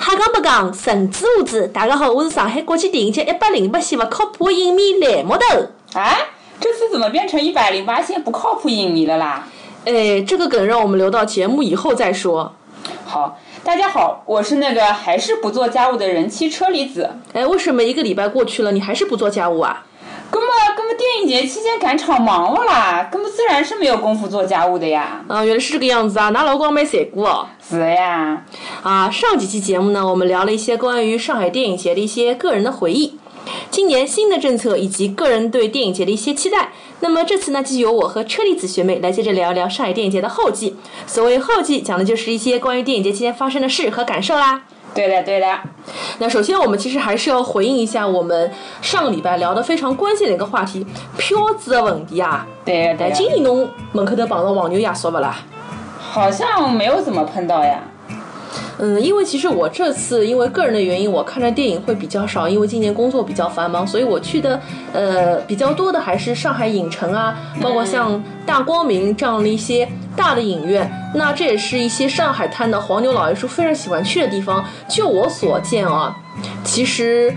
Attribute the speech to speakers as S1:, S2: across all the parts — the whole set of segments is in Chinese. S1: 瞎讲不讲，神之无知。大家好，我是上海国际电影节一百零八线勿靠谱的影迷蓝木头。
S2: 啊，这次怎么变成一百零八线不靠谱影迷了啦？
S1: 哎，这个梗让我们留到节目以后再说。
S2: 好，大家好，我是那个还是不做家务的人妻车厘子。
S1: 哎，为什么一个礼拜过去了，你还是不做家务啊？
S2: 哥么，哥么，电影节期间赶场忙了啦，哥么自然是没有功夫做家务的呀。
S1: 啊，原来是这个样子啊！㑚老光没晒过哦。
S2: 是呀，
S1: 啊，上几期节目呢，我们聊了一些关于上海电影节的一些个人的回忆，今年新的政策以及个人对电影节的一些期待。那么这次呢，就由我和车厘子学妹来接着聊一聊上海电影节的后记。所谓后记，讲的就是一些关于电影节期间发生的事和感受啦。
S2: 对的对的，
S1: 那首先，我们其实还是要回应一下我们上礼拜聊的非常关键的一个话题——票子的问题啊。
S2: 对的对
S1: 但今
S2: 的，
S1: 年侬门口头碰到黄牛爷说不啦？
S2: 好像没有怎么碰到呀。
S1: 嗯，因为其实我这次因为个人的原因，我看的电影会比较少，因为今年工作比较繁忙，所以我去的呃比较多的还是上海影城啊，包括像大光明这样的一些大的影院。那这也是一些上海滩的黄牛老爷叔非常喜欢去的地方。就我所见啊，其实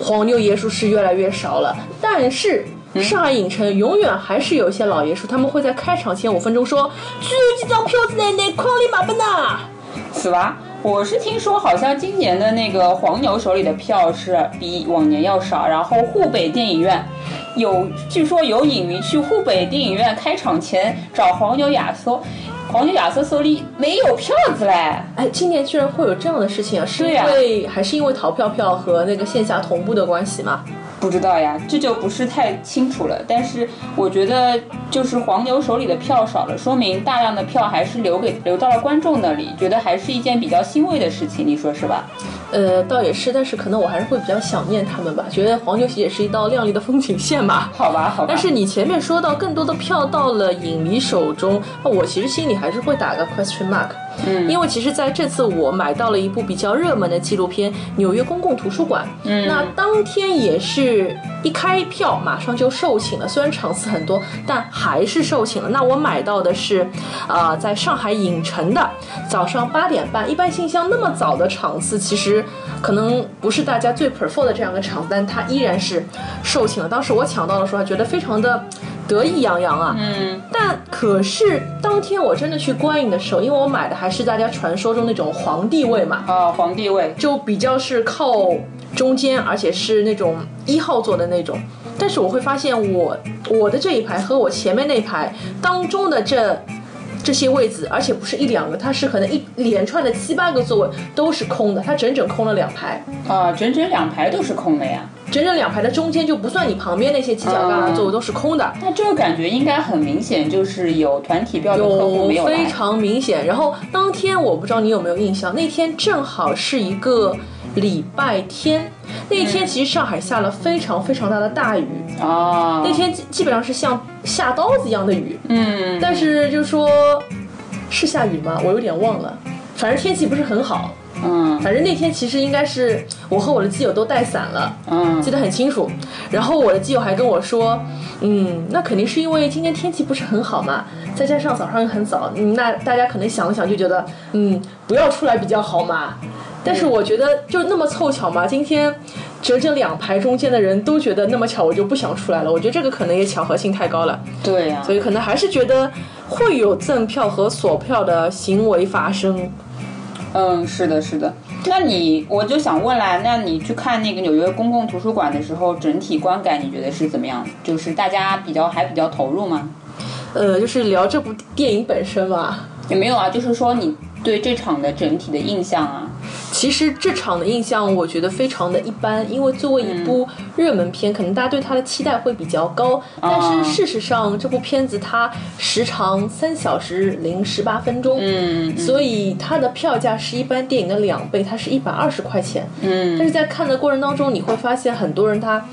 S1: 黄牛爷叔是越来越少了，但是。上海影城永远还是有一些老爷叔，他们会在开场前五分钟说：“最后几张票子奶奶，快点买不呐！”
S2: 是吧？我是听说，好像今年的那个黄牛手里的票是比往年要少。然后湖北电影院有，据说有影迷去湖北电影院开场前找黄牛亚搜，黄牛亚搜手里没有票子嘞。
S1: 哎，今年居然会有这样的事情啊？是
S2: 对
S1: 因
S2: 呀
S1: 为、还是因为淘票票和那个线下同步的关系吗？
S2: 不知道呀，这就不是太清楚了。但是我觉得，就是黄牛手里的票少了，说明大量的票还是留给留到了观众那里，觉得还是一件比较欣慰的事情，你说是吧？
S1: 呃，倒也是，但是可能我还是会比较想念他们吧，觉得黄牛席也是一道亮丽的风景线吧。
S2: 好吧，好吧。
S1: 但是你前面说到更多的票到了影迷手中，那我其实心里还是会打个 question mark，
S2: 嗯
S1: 因为其实在这次我买到了一部比较热门的纪录片《纽约公共图书馆》，
S2: 嗯
S1: 那当天也是一开票马上就售罄了，虽然场次很多，但还是售罄了。那我买到的是，呃，在上海影城的早上八点半，一般性像那么早的场次，其实可能不是大家最 prefer 的这样一个场次，但它依然是售罄了。当时我抢到的时候，还觉得非常的得意洋洋啊。
S2: 嗯，
S1: 但可是当天我真的去观影的时候，因为我买的还是大家传说中那种皇帝位嘛，
S2: 啊、皇帝位，
S1: 就比较是靠中间，而且是那种一号座的那种。但是我会发现我，我的这一排和我前面那排当中的这这些位置，而且不是一两个，它是可能一连串的七八个座位都是空的，它整整空了两排，
S2: 啊、整整两排都是空的呀。
S1: 整整两排的中间就不算你旁边那些犄角旮旯座位都是空的。
S2: 那这个感觉应该很明显，就是有团体票的客户
S1: 有
S2: 没有来
S1: 哦非。常明显。然后当天我不知道你有没有印象，那天正好是一个礼拜天，那
S2: 嗯
S1: 天其实上海下了非常非常大的大雨，
S2: 啊，
S1: 那天基基本上是像下刀子一样的雨，
S2: 嗯，
S1: 但是就说是下雨吗？我有点忘了。反正天气不是很好，
S2: 嗯
S1: 反正那天其实应该是我和我的基友都带伞了，
S2: 嗯
S1: 记得很清楚。然后我的基友还跟我说，嗯，那肯定是因为今天天气不是很好嘛，再加上早上又很早，嗯，那大家可能想了想就觉得，嗯，不要出来比较好嘛。但是我觉得就那么凑巧嘛，今天整整两排中间的人都觉得那么巧，我就不想出来了。我觉得这个可能也巧合性太高了，
S2: 对呀、
S1: 所以可能还是觉得会有赠票和索票的行为发生。
S2: 嗯，是的，是的。那你我就想问啦，那你去看那个纽约公共图书馆的时候，整体观感你觉得是怎么样？就是大家比较还比较投入吗？
S1: 呃，就是聊这部电影本身嘛，
S2: 也没有啊，就是说你对这场的整体的印象啊，
S1: 其实这场的印象我觉得非常的一般，因为作为
S2: 嗯
S1: 一部热门片，可能大家对它的期待会比较高，但
S2: 哦
S1: 是事实上这部片子它时长三小时零十八分钟，
S2: 嗯
S1: 所以它的票价是一般电影的两倍，它是一百二十块钱。但
S2: 嗯
S1: 是在看的过程当中，你会发现很多人他。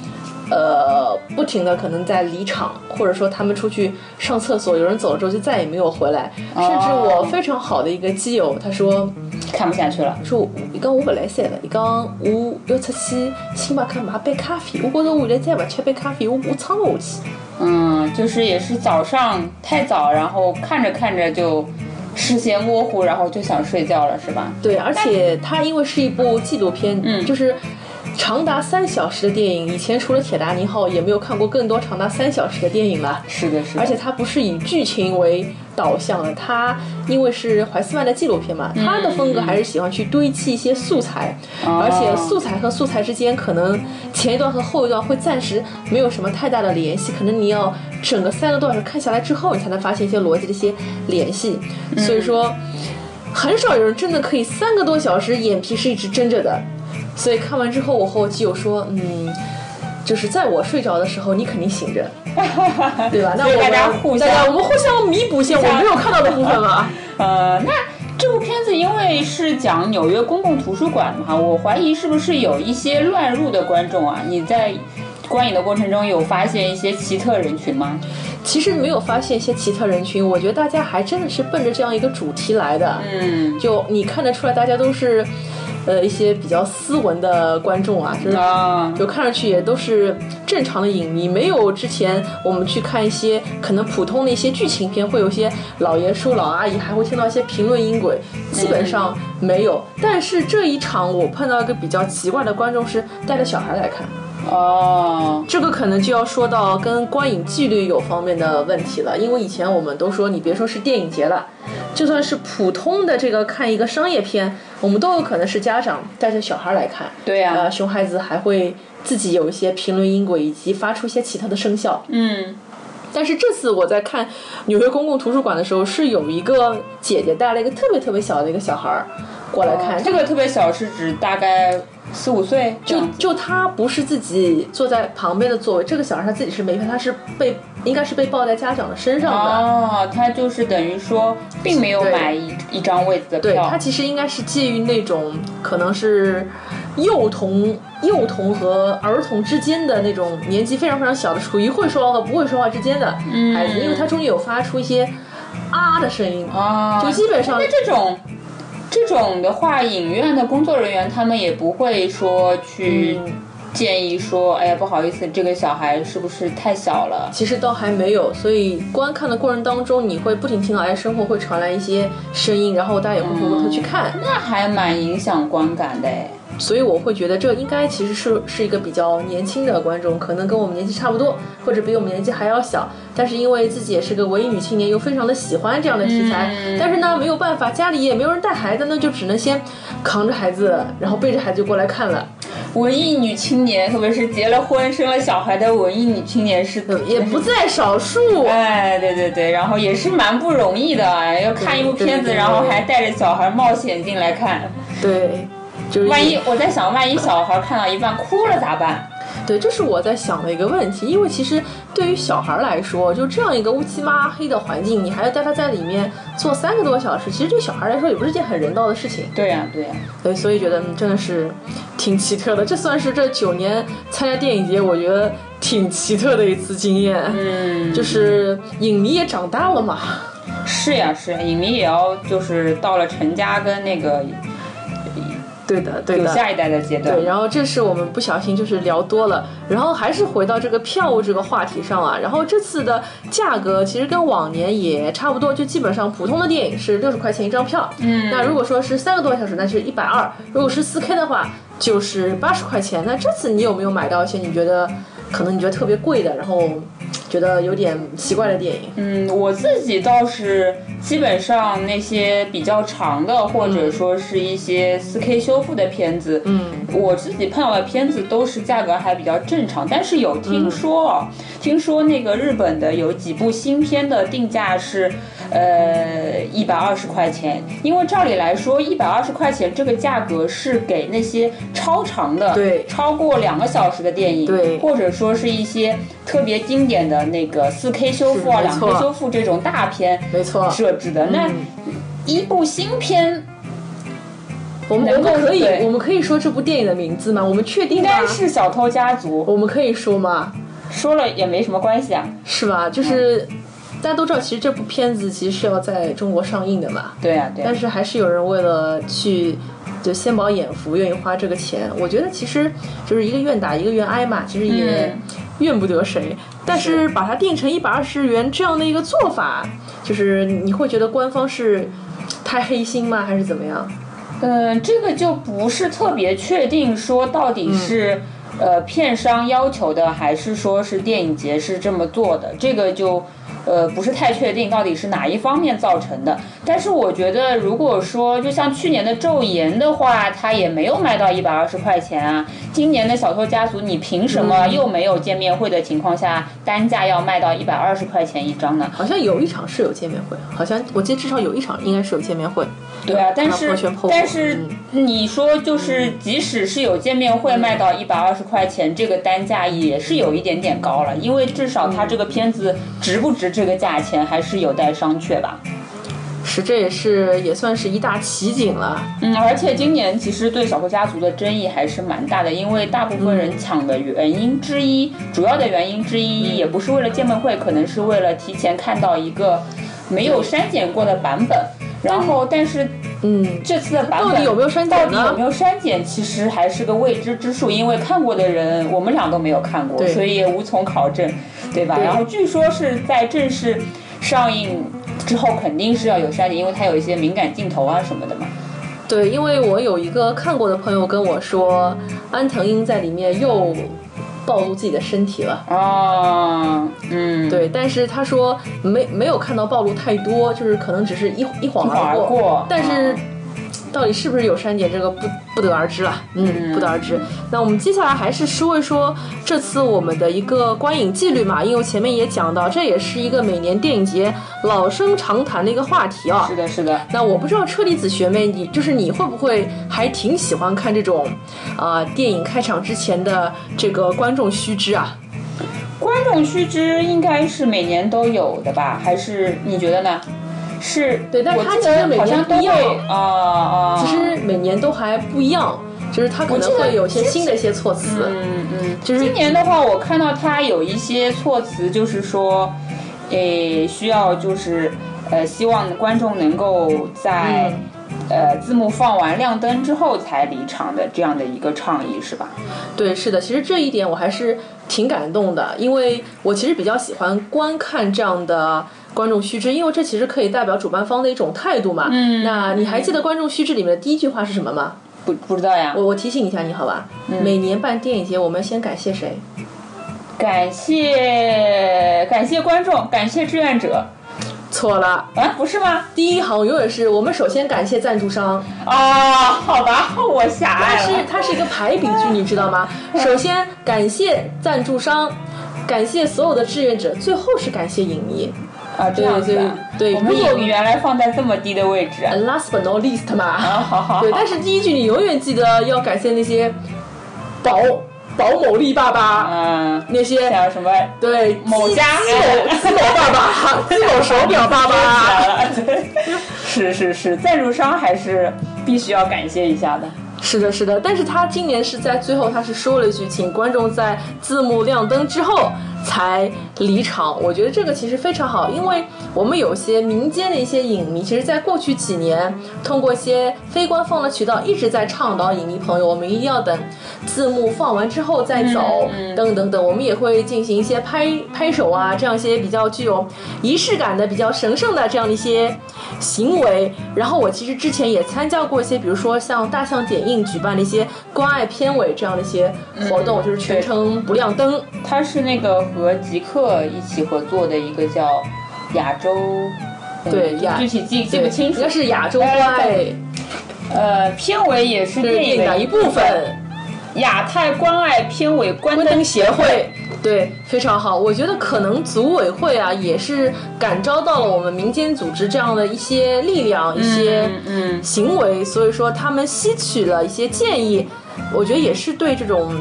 S1: 呃，不停的可能在离场，或者说他们出去上厕所，有人走了之后就再也没有回来。甚至
S2: 哦
S1: 我非常好的一个基友，他说
S2: 看不下去了。
S1: 说，伊讲我勿来三了，伊讲我要出去星巴克买杯咖啡，我觉着我现在再勿吃杯咖啡，我我撑勿下去。
S2: 嗯，就是也是早上太早，然后看着看着就视线模糊，然后就想睡觉了，是吧？
S1: 对，而且它因为是一部纪录片，
S2: 嗯
S1: 就是长达三小时的电影，以前除了《铁达尼号》，也没有看过更多长达三小时的电影了。
S2: 是的，是的。
S1: 而且它不是以剧情为导向的，它因为是怀斯曼的纪录片嘛，他的风格还是喜欢去堆砌一些素材，而且素材和素材之间可能前一段和后一段会暂时没有什么太大的联系，可能你要整个三个多小时看下来之后，你才能发现一些逻辑的一些联系，所以说。很少有人真的可以三个多小时眼皮是一直睁着的，所以看完之后，我和我基友说，嗯，就是在我睡着的时候，你肯定醒 着，对吧？那
S2: 所以
S1: 我们
S2: 大家互相
S1: 大家我们互相弥补一些我没有看到的部分啊 嘛。
S2: 呃，那这部片子因为是讲纽约公共图书馆嘛，我怀疑是不是有一些乱入的观众啊？你在观影的过程中有发现一些奇特人群吗？
S1: 其实没有发现一些奇特人群，我觉得大家还真的是奔着这样一个主题来的。
S2: 嗯，
S1: 就你看得出来，大家都是，呃，一些比较斯文的观众啊，就是
S2: 啊，
S1: 就看上去也都是正常的影迷，没有之前我们去看一些可能普通的一些剧情片，会有一些老爷叔、老阿姨，还会听到一些评论音轨，基本上没有。但是这一场我碰到一个比较奇怪的观众是带着小孩来看，
S2: 哦，
S1: 这个可能就要说到跟观影纪律有方面的问题了，因为以前我们都说，你别说是电影节了，就算是普通的这个看一个商业片，我们都有可能是家长带着小孩来看。
S2: 对呀、
S1: 呃，熊孩子还会自己有一些评论音轨，以及发出一些奇特的声效。
S2: 嗯，
S1: 但是这次我在看纽约公共图书馆的时候，是有一个姐姐带了一个特别特别小的一个小孩儿过来看，
S2: 这个特别小是指大概四五岁这
S1: 就
S2: 样子，
S1: 就他不是自己坐在旁边的座位，这个小孩他自己是没看，他是被应该是被抱在家长的身上的。
S2: 哦，他就是等于说并没有
S1: 对
S2: 买一一张位子的
S1: 对，
S2: 票
S1: 它，其实应该是介于那种可能是幼童、幼童和儿童之间的那种年纪非常非常小的，处于会说话和不会说话之间的孩子，因为它中间有发出一些啊的声音，
S2: 啊，
S1: 就基本上
S2: 那这种这种的话，影院的工作人员他们也不会说去
S1: 嗯
S2: 建议说，哎呀，不好意思，这个小孩是不是太小了？
S1: 其实倒还没有，所以观看的过程当中，你会不停听到哎身后会传来一些声音，然后大家也会回过头去看，
S2: 那还蛮影响观感的哎。
S1: 所以我会觉得这应该其实是是一个比较年轻的观众，可能跟我们年纪差不多，或者比我们年纪还要小。但是因为自己也是个文艺女青年，又非常的喜欢这样的题材，
S2: 嗯
S1: 但是呢没有办法，家里也没有人带孩子，那就只能先扛着孩子，然后背着孩子就过来看了。
S2: 文艺女青年，特别是结了婚、生了小孩的文艺女青年是，
S1: 呃也不在少数。
S2: 哎，对对对，然后也是蛮不容易的，哎要看一部
S1: 对对
S2: 片子，
S1: 对
S2: 然后
S1: 对
S2: 还带着小孩冒险进来看，
S1: 对，就是
S2: 万一我在想，万一小孩看到一半哭了咋办？
S1: 对，这是我在想的一个问题，因为其实对于小孩来说，就这样一个乌漆嘛黑的环境，你还要带他在里面坐三个多小时，其实对小孩来说也不是件很人道的事情。
S2: 对呀、对呀、
S1: 对，所以觉得嗯真的是挺奇特的。这算是这九年参加电影节，我觉得挺奇特的一次经验。
S2: 嗯，
S1: 就是影迷也长大了嘛，
S2: 是呀，是呀，影迷也要就是到了成家跟那个
S1: 对的，对
S2: 有
S1: 的。
S2: 下一代的阶段
S1: 对，。然后这是我们不小心就是聊多了，然后还是回到这个票务这个话题上啊。然后这次的价格其实跟往年也差不多，就基本上普通的电影是六十块钱一张票，
S2: 嗯，
S1: 那如果说是三个多小时，那是一百二；如果是四 K 的话，就是八十块钱。那这次你有没有买到一些你觉得可能你觉得特别贵的，然后嘖觉得有点奇怪的电影？
S2: 嗯，我自己倒是基本上那些比较长的，或者说是一些四 K 修复的片子，
S1: 嗯，
S2: 我自己碰到的片子都是价格还比较正常，但是
S1: 嗯
S2: 有听说哦，听说那个日本的有几部新片的定价是呃一百二十块钱，因为照理来说一百二十块钱这个价格是给那些超长的，
S1: 对
S2: 超过两个小时的电影，
S1: 对
S2: 或者说是一些特别经典的那个四 K 修复啊、
S1: 是没
S2: 两
S1: 错
S2: K 修复这种大片
S1: 没错。
S2: 设置的。那
S1: 嗯
S2: 一部新片
S1: 我们我
S2: 能够
S1: 们可以
S2: 对
S1: 我们可以说这部电影的名字吗？我们确定
S2: 应
S1: 吗？
S2: 该是《小偷家族
S1: 我们可以说吗？》，
S2: 说了也没什么关系啊。
S1: 是吧？就是。
S2: 嗯
S1: 大家都知道，其实这部片子其实是要在中国上映的嘛，
S2: 对啊，对啊
S1: 但是还是有人为了去就先保眼福，愿意花这个钱。我觉得其实就是一个愿打一个愿挨嘛，其实也
S2: 嗯
S1: 怨不得谁。但是
S2: 是
S1: 把它定成一百二十元这样的一个做法，就是你会觉得官方是太黑心吗？还是怎么样？
S2: 嗯，这个就不是特别确定，说到底是、呃片商要求的，还是说是电影节是这么做的，这个就呃不是太确定到底是哪一方面造成的。但是我觉得，如果说就像去年的《昼颜》的话，它也没有卖到一百二十块钱啊。今年的《小偷家族》，你凭什么又没有见面会的情况下，单价要卖到一百二十块钱一张呢？
S1: 好像有一场是有见面会，好像我记得至少有一场应该是有见面会。
S2: 对啊，但是
S1: 破圈破
S2: 但
S1: 网
S2: 是你说就是，即使是有见面会卖到一百二十块钱，这个单价也是有一点点高了，因为至少它这个片子值不值这个价钱还是有待商榷吧。
S1: 是，这也是也算是一大奇景了。
S2: 嗯，而且今年其实对《小偷家族》的争议还是蛮大的，因为大部分人抢的原因之一，主要的原因之一也不是为了见面会，可能是为了提前看到一个没有删减过的版本。然后，但是
S1: 嗯，
S2: 这次的版
S1: 到
S2: 本
S1: 底有没有删
S2: 到
S1: 减
S2: 底有
S1: 呢
S2: 没？有删减，其实还是个未知之数，因为看过的人我们俩都没有看过，
S1: 对
S2: 所以也无从考证，对吧？
S1: 对
S2: 然后据说是在正式上映之后，肯定是要有删减，因为它有一些敏感镜头啊什么的嘛。
S1: 对，因为我有一个看过的朋友跟我说，安藤英在里面又暴露自己的身体了。
S2: 啊，嗯，，
S1: 对，但是他说没没有看到暴露太多，就是可能只是一一晃
S2: 一晃而
S1: 过。
S2: 过
S1: 但是
S2: 啊
S1: 到底是不是有删减，这个不不得而知了。嗯，
S2: 嗯
S1: 不得而知。那我们接下来还是说一说这次我们的一个观影纪律嘛，因为前面也讲到，这也是一个每年电影节老生常谈的一个话题啊。
S2: 是的，是的，
S1: 那我不知道车厘子学妹，你就是你会不会还挺喜欢看这种，啊、电影开场之前的这个观众须知啊？
S2: 观众须知应该是每年都有的吧？还是你觉得呢？是，
S1: 对但
S2: 我
S1: 它
S2: 记
S1: 其实
S2: 得
S1: 每
S2: 好
S1: 年
S2: 像
S1: 不
S2: 都
S1: 一
S2: 会
S1: 样
S2: 啊啊，
S1: 其实每年都还不一样，就是它可能会有一些新的一些措辞。
S2: 嗯嗯，
S1: 就是
S2: 今年的话，我看到它有一些措辞，就是说，诶，需要就是呃，希望观众能够在、
S1: 嗯
S2: 呃字幕放完亮灯之后才离场的这样的一个倡议，是吧？
S1: 对，是的，其实这一点我还是挺感动的，因为我其实比较喜欢观看这样的观众须知，因为这其实可以代表主办方的一种态度嘛。
S2: 嗯
S1: 那你还记得观众须知里面的第一句话是什么吗？
S2: 不不知道呀
S1: 我。我提醒一下你好吧，每年办电影节，我们要先感谢谁？
S2: 感谢感谢观众，感谢志愿者
S1: 错了，
S2: 啊，不是吗？
S1: 第一行永远是我们首先感谢赞助商，
S2: 啊，好吧，我狭
S1: 它
S2: 隘
S1: 是
S2: 了。
S1: 它是一个排比句，你知道吗？首先感谢赞助商，感谢所有的志愿者，最后是感谢影迷。
S2: 啊，这样子啊，
S1: 对对对
S2: 我们
S1: 如果
S2: 有原来放在这么低的位置啊，
S1: And last but not least
S2: 啊
S1: 嘛，
S2: 好好好
S1: 对。但是第一句你永远记得要感谢那些保保某利爸爸，
S2: 嗯，
S1: 那些
S2: 像什么
S1: 对
S2: 某
S1: 基
S2: 家
S1: 基某基某爸爸， 基某手表爸 爸。
S2: 啊，对，是是是，赞助商还是必须要感谢一下的。
S1: 是的，是的，但是他今年是在最后，他是说了一句，请观众在字幕亮灯之后才离场。我觉得这个其实非常好，因为我们有些民间的一些影迷，其实在过去几年，通过一些非官方的渠道一直在倡导影迷朋友，我们一定要等字幕放完之后再走，
S2: 嗯嗯
S1: 等等等。我们也会进行一些拍拍手啊，这样一些比较具有仪式感的、比较神圣的这样的一些行为。然后我其实之前也参加过一些，比如说像大象点映举办的一些关爱片尾这样的一些活动，就是全程不亮灯。
S2: 它是那个和极客一起合作的一个叫亚洲，嗯
S1: 对亚
S2: 具体记记不清
S1: 应
S2: 楚
S1: 该。是亚洲关爱
S2: 呃，片尾也是
S1: 电
S2: 电
S1: 影
S2: 影
S1: 的
S2: 的
S1: 一部分。
S2: 亚太关爱片尾关
S1: 关
S2: 灯
S1: 灯协会。对，非常好。我觉得可能组委会啊，也是感召到了我们民间组织这样的一些力量、一些
S2: 嗯嗯
S1: 行为，所以说他们吸取了一些建议，我觉得也是对这种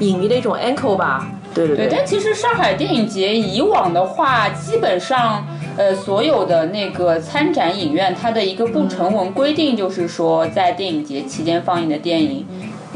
S1: 影迷的一种 echo 吧。对对
S2: 对，但其实上海电影节以往的话，基本上呃所有的那个参展影院，它的一个不成文规定就是说，在电影节期间放映的电影。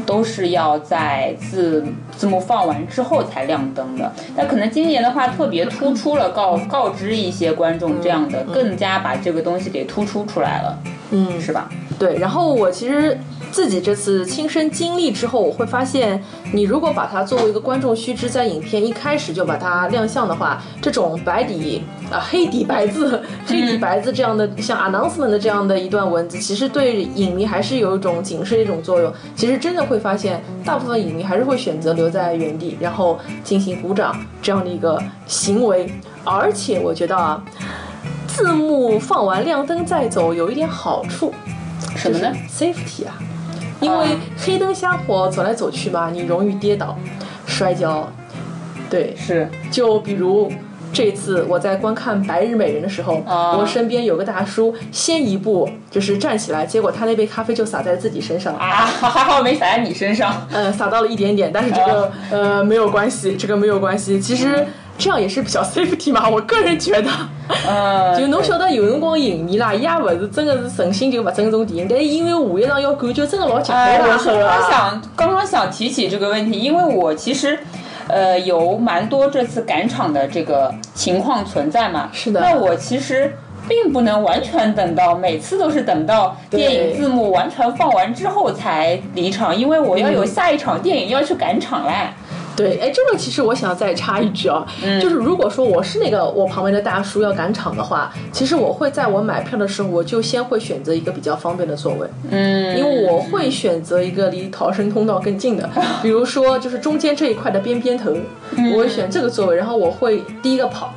S2: 都是要在字字幕放完之后才亮灯的。那可能今年的话，特别突出了告告知一些观众这样的，更加把这个东西给突出出来了，
S1: 嗯，
S2: 是吧？
S1: 对，然后我其实自己这次亲身经历之后，我会发现，你如果把它作为一个观众须知，在影片一开始就把它亮相的话，这种白底啊、黑底白字、 黑底白字这样的、像 announcement 的这样的一段文字，其实对影迷还是有一种警示的一种作用。其实真的会发现，大部分影迷还是会选择留在原地，然后进行鼓掌这样的一个行为。而且我觉得啊，字幕放完亮灯再走有一点好处，
S2: 什么呢？
S1: ？safety 啊，因为黑灯瞎火走来走去嘛，你容易跌倒、摔跤。对，
S2: 是
S1: 就比如这次我在观看《白日美人》的时候，
S2: 啊
S1: 我身边有个大叔先一步就是站起来，结果他那杯咖啡就洒在自己身上。
S2: 啊，还好没洒在你身上。
S1: 呃，撒到了一点点，但是这个、
S2: 啊
S1: 呃没有关系，这个没有关系。其实这样也是比较 safety 嘛，我个人觉得。
S2: 嗯，
S1: 就侬晓得有辰光影迷啦，伊也勿是真个是存心就勿尊重电影，但是因为五一上要感觉真个老结
S2: 哎，
S1: 棍
S2: 我
S1: 啦，
S2: 是刚想刚刚想提起这个问题，因为我其实。呃，有蛮多这次赶场的这个情况存在嘛？
S1: 是的
S2: 那我其实并不能完全等到，每次都是等到电影
S1: 对
S2: 字幕完全放完之后才离场，因为我要
S1: 嗯
S2: 有下一场电影要去赶场嘞。
S1: 对，哎，这个其实我想再插一句啊，就是如果说我是那个我旁边的大叔要赶场的话，其实我会在我买票的时候，我就先会选择一个比较方便的座位，
S2: 嗯，
S1: 因为我会选择一个离逃生通道更近的，比如说就是中间这一块的边边头，我会选这个座位，然后我会第一个跑。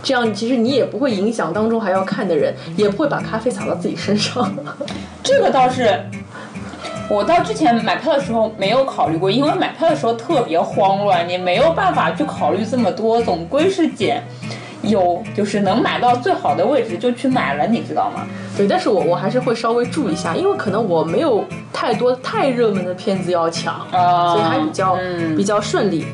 S1: 这样其实你也不会影响当中还要看的人，也不会把咖啡洒到自己身上。
S2: 这个倒是，我到之前买票的时候没有考虑过，因为买票的时候特别慌乱，你没有办法去考虑这么多，总归是捡有就是能买到最好的位置就去买了，你知道吗？
S1: 对，但是我我还是会稍微注意一下，因为可能我没有太多太热门的片子要抢，
S2: 啊、
S1: 所以还比较、比
S2: 嗯
S1: 较顺利。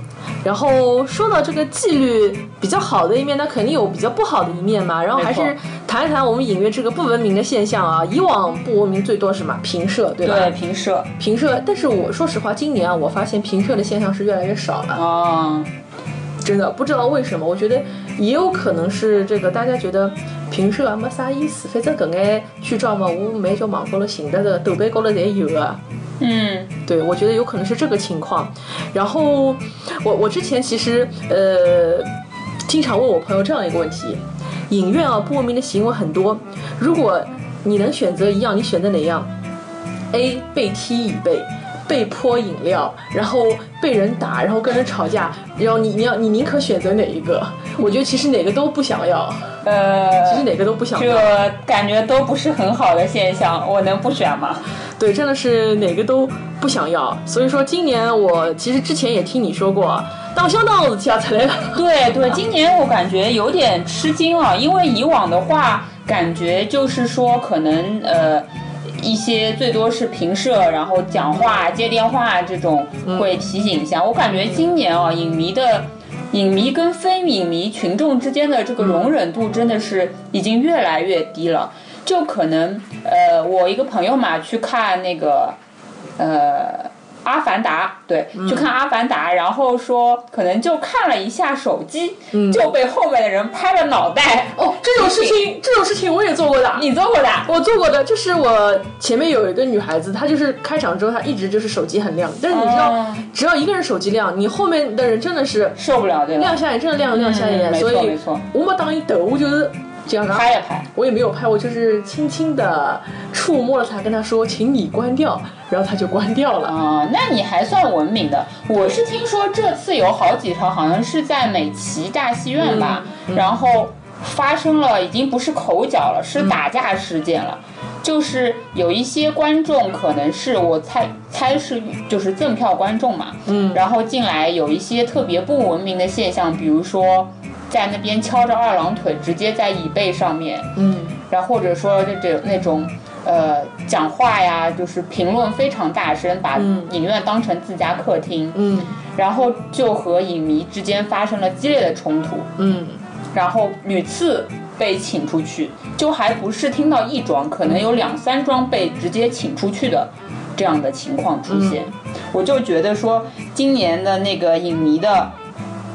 S1: 然后说到这个纪律比较好的一面，那肯定有比较不好的一面嘛。然后还
S2: 没
S1: 是
S2: 错较
S1: 谈一谈我们影院这个不文明的现象啊。以往不文明最多是什么？平射，对吧？
S2: 对平射
S1: 平射。但是我说实话，今年啊，我发现平射的现象是越来越少了。
S2: 啊，
S1: 真的不知道为什么，我觉得也有可能是这个大家觉得平射啊没啥意思，反正搿眼剧照嘛，我没就网高头寻得的，豆瓣高头侪有啊。
S2: 嗯
S1: 对，我觉得有可能是这个情况。然后我我之前其实呃，经常问我朋友这样一个问题：影院啊，不文明的行为很多，如果你能选择一样，你选择哪样？A 被踢椅背。被泼饮料，然后被人打，然后跟人吵架，然后你你要你宁可选择哪一个？我觉得其实哪个都不想要，其实
S2: 呃，
S1: 哪个都不想要。
S2: 这感觉都不是很好的现象，我能不选吗？
S1: 对，真的是哪个都不想要。所以说，今年我其实之前也听你说过，当相当的事体要啊出来了。
S2: 对对，今年我感觉有点吃惊了，因为以往的话，感觉就是说可能呃。一些最多是平射，然后讲话、接电话这种
S1: 嗯
S2: 会提醒一下。我感觉今年啊，影迷的影迷跟非影迷群众之间的这个容忍度真的是已经越来越低了。就可能呃，我一个朋友嘛，去看那个呃《阿凡达》，对，
S1: 嗯
S2: 去看《阿凡达》，然后说可能就看了一下手机，就被后面的人拍了脑袋。
S1: 哦，这种事情，这种事情我也做过的。
S2: 你做过的？
S1: 我做过的就是我前面有一个女孩子，她就是开场之后，她一直就是手机很亮，但是你知道，
S2: 哦
S1: 只要一个人手机亮，你后面的人真的是
S2: 受不了对吧
S1: 亮？瞎眼，真的亮亮瞎眼。
S2: 嗯没错
S1: 所以
S2: 没错，
S1: 我没当一头，我就是这样的。
S2: 拍也拍，
S1: 我也没有拍，我就是轻轻的触摸了她，跟她说，请你关掉，然后她就关掉了。
S2: 啊、那你还算文明的。我是听说这次有好几场，好像是在美琪大戏院吧，然后发生了已经不是口角了，是打架事件了。就是有一些观众可能是我猜猜是就是赠票观众嘛，
S1: 嗯
S2: 然后进来有一些特别不文明的现象，比如说在那边敲着二郎腿，直接在椅背上面，
S1: 嗯。
S2: 然后或者说这这那种呃讲话呀，就是评论非常大声，把
S1: 嗯
S2: 影院当成自家客厅，
S1: 嗯
S2: 然后就和影迷之间发生了激烈的冲突，
S1: 嗯
S2: 然后屡次被请出去，就还不是听到一桩，可能有两三桩被直接请出去的这样的情况出现。我就觉得说，今年的那个影迷的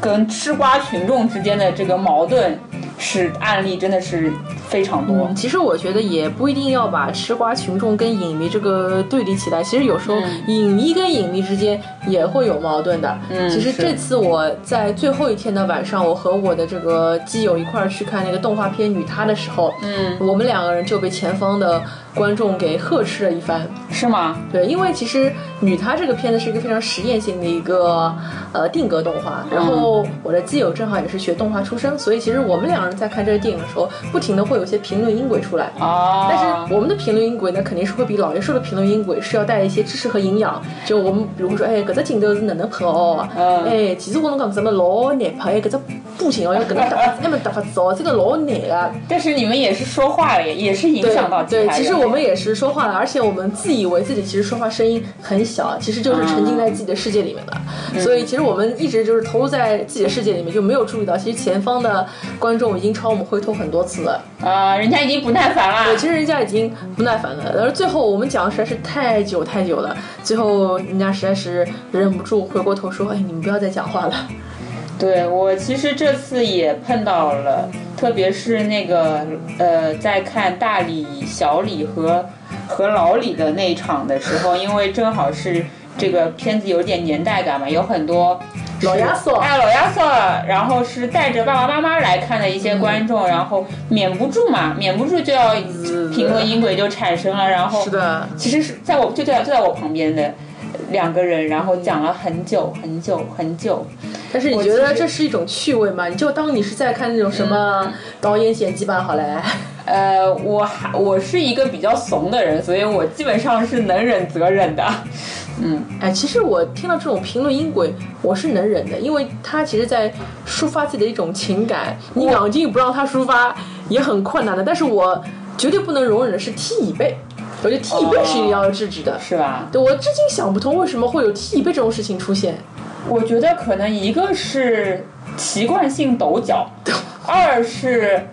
S2: 跟吃瓜群众之间的这个矛盾是案例真的是非常多。
S1: 其实我觉得也不一定要把吃瓜群众跟影迷这个对立起来，其实有时候
S2: 嗯
S1: 影迷跟影迷之间也会有矛盾的。
S2: 嗯
S1: 其实
S2: 是
S1: 这次我在最后一天的晚上，我和我的这个基友一块儿去看那个动画片《女她》的时候，
S2: 嗯，
S1: 我们两个人就被前方的观众给呵斥了一番。
S2: 是吗？
S1: 对，因为其实《女她》这个片子是一个非常实验性的一个呃定格动画，然后
S2: 嗯
S1: 我的基友正好也是学动画出身，所以其实我们两人在看这个电影的时候，不停的会有一些评论音轨出来。
S2: 啊，
S1: 但是我们的评论音轨呢，肯定是会比老爷说的评论音轨是要带一些知识和营养。就我们比如说，哎，搿只镜头是哪能拍哦？
S2: 嗯
S1: 哎，其实我侬讲什么老难拍，哎，搿只布景哦，要搿能搭法子，那么搭法子哦，这个老难啊。
S2: 但是你们也是说话了，也是影
S1: 对
S2: 响到
S1: 对，
S2: 他人
S1: 其实我们也是说话了，而且我们自以为自己其实说话声音很小，其实就是
S2: 啊
S1: 沉浸在自己的世界里面了。所以其实我们一直就是投入在自己的世界里面，就没有注意到，其实前方的观众已经朝我们回头很多次了。
S2: 啊，人家已经不耐烦
S1: 对，
S2: 了。
S1: 其实人家已经不耐烦了，但是最后我们讲的实在是太久太久了，最后人家实在是忍不住回过头说：“哎，你们不要再讲话了。
S2: 对我其实这次也碰到了，特别是那个呃，在看大李、小李和和老李的那一场的时候，因为正好是这个片子有点年代感嘛，有很多是
S1: 老亚索
S2: 哎，老亚索，然后是带着爸爸妈妈来看的一些观众，然后免不住嘛，免不住就要评论音轨就产生了，然”后
S1: 嗯是的，
S2: 其实是在我就在就在我旁边的两个人，然后讲了很久很久很久。
S1: 但是你
S2: 我
S1: 觉
S2: 其
S1: 得
S2: 实嗯
S1: 这是一种趣味吗？你就当你是在看那种什么导演剪辑版好了。
S2: 呃，我还我是一个比较怂的人，所以我基本上是能忍则忍的。
S1: 哎，其实我听到这种评论音轨，我是能忍的，因为他其实在抒发自己的一种情感，你冷静不让他抒发也很困难的。但是我绝对不能容忍的是踢椅背，我觉得踢椅背是一定要制止的。
S2: 是吧？
S1: 对，我至今想不通为什么会有踢椅背这种事情出现。
S2: 我觉得可能一个是习惯性抖 脚，二是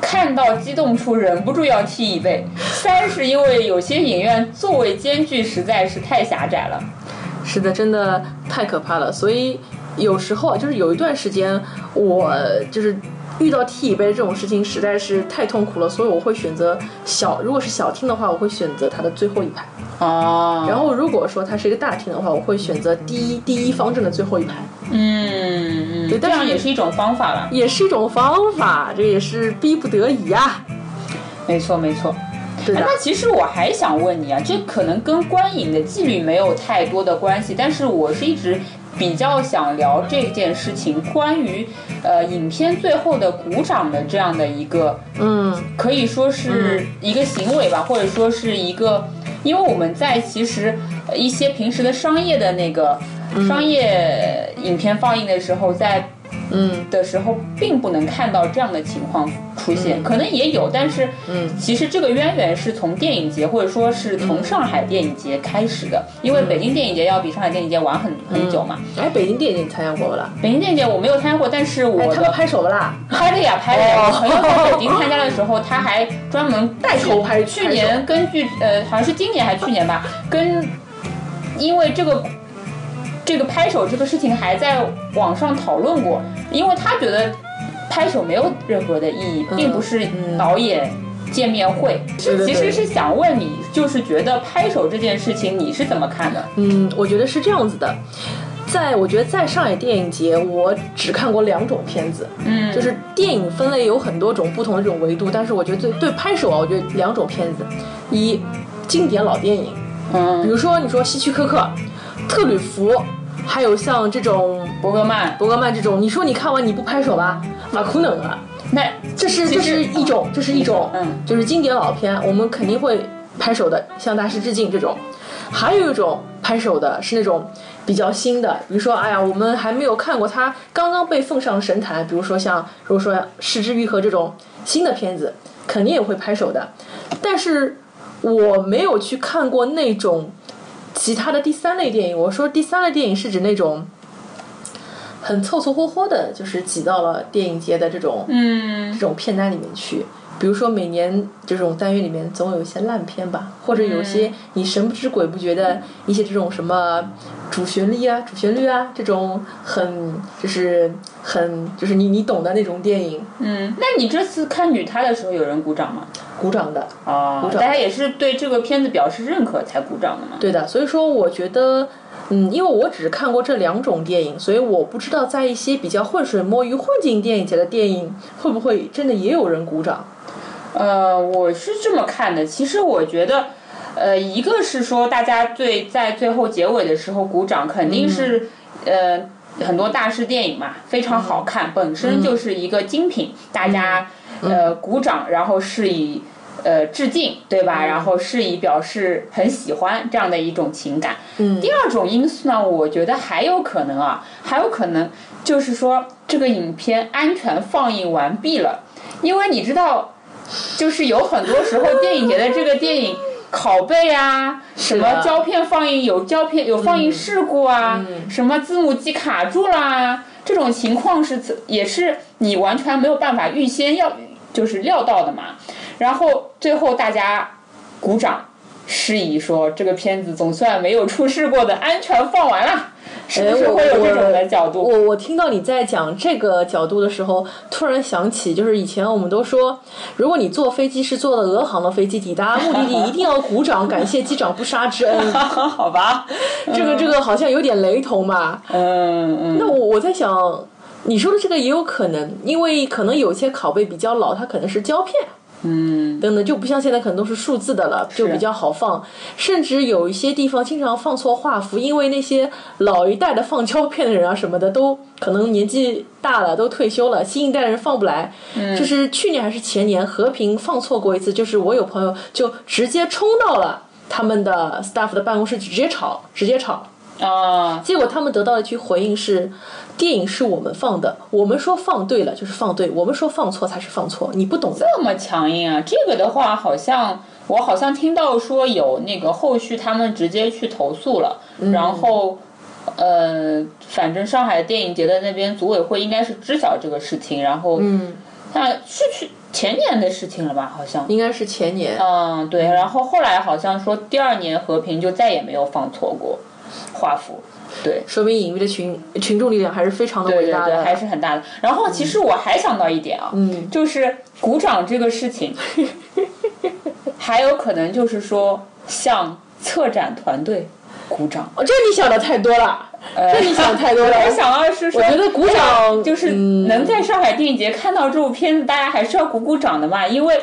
S2: 看到激动处忍不住要踢一背，三是因为有些影院座位间距实在是太狭窄了。
S1: 是的，真的太可怕了。所以有时候啊就是有一段时间，我就是遇到踢椅背这种事情实在是太痛苦了，所以我会选择小，如果是小厅的话，我会选择它的最后一排。
S2: 啊，
S1: 然后如果说它是一个大厅的话，我会选择第一第一方阵的最后一排，
S2: 嗯，嗯
S1: 对
S2: 这
S1: 但是
S2: 样也是一种方法啦。
S1: 也是一种方法，这也是逼不得已啊。
S2: 没错，没错。
S1: 对的
S2: 那，其实我还想问你啊，这可能跟观影的纪律没有太多的关系，但是我是一直比较想聊这件事情，关于呃影片最后的鼓掌的这样的一个，
S1: 嗯，
S2: 可以说是一个行为吧，或者说是一个，因为我们在其实呃一些平时的商业的那个商业影片放映的时候，在
S1: 嗯
S2: 的时候，并不能看到这样的情况出现，可能也有，但是，
S1: 嗯，
S2: 其实这个渊源是从电影节或者说是从上海电影节开始的，因
S1: 嗯
S2: 为北京电影节要比上海电影节晚很很久嘛。
S1: 哎，北京电影节你参加过不啦？
S2: 北京电影节我没有参加过，但是
S1: 哎，
S2: 我
S1: 他们
S2: 的
S1: 拍手不啦？
S2: 拍的呀拍的呀，
S1: 哦
S2: 我朋友在北京参加的时候，他还专门带
S1: 头拍
S2: 去年根据呃，好像是今年还是去年吧，跟因为这个这个拍手这个事情还在网上讨论过，因为他觉得拍手没有任何的意义，并不是导演见面会。
S1: 嗯对对
S2: 其
S1: 对
S2: 实是想问你，就是觉得拍手这件事情你是怎么看的？
S1: 嗯，我觉得是这样子的。在我觉得在上海电影节，我只看过两种片子，
S2: 嗯
S1: 就是电影分类有很多种不同的这种维度，但是我觉得最对拍手啊，我觉得两种片子，一经典老电影，比
S2: 嗯，
S1: 如说你说希区柯克、特吕弗，还有像这种
S2: 伯格曼，
S1: 伯格曼这种，你说你看完你不拍手吧，哪可能啊？
S2: 那
S1: 这是
S2: 其
S1: 这
S2: 实
S1: 是一种，这是一种，
S2: 嗯
S1: 就是经典老片，我们肯定会拍手的，向大师致敬这种。还有一种拍手的是那种比较新的，比如说，哎呀，我们还没有看过它刚刚被奉上神坛，比如说像如果说《失之愈合》这种新的片子，肯定也会拍手的。但是我没有去看过那种其他的第三类电影。我说第三类电影是指那种很凑凑合合的，就是挤到了电影节的这种
S2: 嗯
S1: 这种片单里面去。比如说每年这种单元里面总有一些烂片吧，或者有一些你神不知鬼不觉的一些这种什么主旋律啊、主旋律啊这种很就是很就是你你懂的那种电影，
S2: 嗯，那你这次看女她的时候有人鼓掌吗？
S1: 鼓掌的。
S2: 啊，
S1: 鼓掌
S2: 大家也是对这个片子表示认可才鼓掌的嘛。
S1: 对的，所以说我觉得，嗯，因为我只看过这两种电影，所以我不知道在一些比较浑水摸鱼、混进电影节的电影，会不会真的也有人鼓掌？
S2: 呃，我是这么看的。其实我觉得，呃，一个是说大家对在最后结尾的时候鼓掌，肯定是、呃很多大师电影嘛，非常好看，本身就是一个精品，大家、呃鼓掌，然后是以。呃，致敬对吧？然后是以表示很喜欢这样的一种情感。
S1: 嗯
S2: 第二种因素呢，我觉得还有可能啊，还有可能就是说这个影片安全放映完毕了，因为你知道，就是有很多时候电影节的这个电影拷贝啊，什么
S1: 的嗯
S2: 胶片放映有胶片有放映事故啊，什么字幕机卡住啦，这种情况是怎也是你完全没有办法预先要就是料到的嘛。然后最后大家鼓掌，示意说这个片子总算没有出事过的安全放完了，是不是
S1: 哎我
S2: 会有
S1: 我
S2: 这种的角度？
S1: 我我听到你在讲这个角度的时候，突然想起，就是以前我们都说，如果你坐飞机是坐的俄航的飞机，抵达目的地一定要鼓掌，感谢机长不杀之恩。
S2: 好吧，
S1: 这个这个好像有点雷同嘛。
S2: 嗯嗯，
S1: 那我我在想，你说的这个也有可能，因为可能有一些拷贝比较老，它可能是胶片。嗯，等等，就不像现在可能都是数字的了，就比较好放。甚至有一些地方经常放错画幅，因为那些老一代的放胶片的人啊什么的，都可能年纪大了，都退休了，新一代的人放不来。嗯、就是去年还是前年，和平放错过一次，就是我有朋友就直接冲到了他们的 staff 的办公室，直接吵，直接吵。
S2: 啊，
S1: 结果他们得到的一句回应是：电影是我们放的，我们说放对了就是放对，我们说放错才是放错，你不懂的。
S2: 这么强硬啊！这个的话，好像我好像听到说有那个后续他们直接去投诉了，然后。呃，反正上海电影节的那边组委会应该是知晓这个事情，然后，嗯，那是去前年的事情了吧？好像
S1: 应该是前年，
S2: 嗯，对，然后后来好像说第二年和平就再也没有放错过画幅，对。
S1: 说明影迷的群群众力量还是非常的
S2: 对
S1: 伟
S2: 对
S1: 大
S2: 对，
S1: 的。
S2: 还是很大的。然后其实我还想到一点啊，
S1: 嗯
S2: 就是鼓掌这个事 情，还有可能就是说向策展团队鼓掌。
S1: 哦，这你想的太多了，这你想的太多了。
S2: 我想到是说，哎
S1: 我觉得鼓掌
S2: 就是
S1: 嗯
S2: 能在上海电影节看到这部片子，大家还是要鼓鼓掌的嘛，因为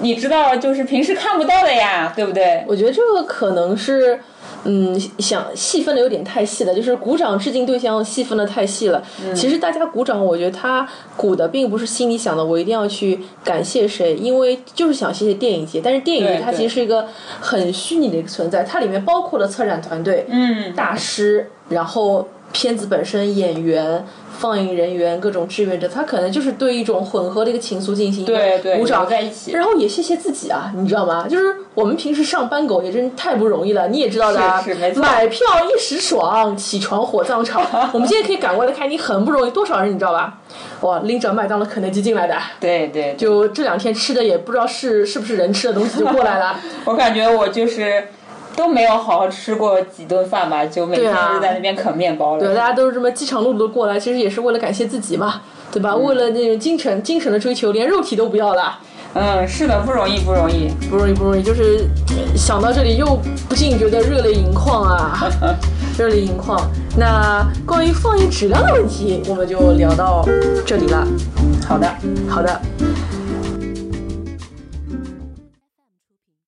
S2: 你知道，就是平时看不到的呀，对不对？
S1: 我觉得这个可能是，嗯，想细分的有点太细了，就是鼓掌致敬对象细分的太细了。
S2: 嗯
S1: 其实大家鼓掌，我觉得他鼓的并不是心里想的，我一定要去感谢谁，因为就是想谢谢电影节。但是电影
S2: 对
S1: 节它
S2: 对
S1: 其实是一个很虚拟的一个存在，它里面包括了策展团队、
S2: 嗯，
S1: 大师，然后片子本身、演员。放映人员、各种志愿者，他可能就是对一种混合的一个情愫进行一个
S2: 对对，
S1: 鼓掌
S2: 揉，在一起。
S1: 然后也谢谢自己啊，你知道吗？就是我们平时上班狗也真太不容易了，你也知道的、啊，
S2: 是是没错
S1: 买票一时爽，起床火葬 场。我们今天可以赶过来看你，很不容易，多少人你知道吧？哇，拎着麦当劳、肯德基进来的，
S2: 对对，就
S1: 就这两天吃的也不知道是是不是人吃的东西就过来 了。
S2: 我感觉我就是都没有好好吃过几顿饭吧，就每天
S1: 对啊
S2: 就在那边啃面包了。
S1: 对，大家都是这么饥肠辘辘的过来，其实也是为了感谢自己嘛，对吧？为了那种精神精神的追求，连肉体都不要了。
S2: 嗯，是的，不容易，不容易。
S1: 不容易，不容易，就是呃想到这里又不禁觉得热泪盈眶啊， 热泪盈眶。那关于放映质量的问题，我们就聊到这里了。
S2: 好的，
S1: 好的，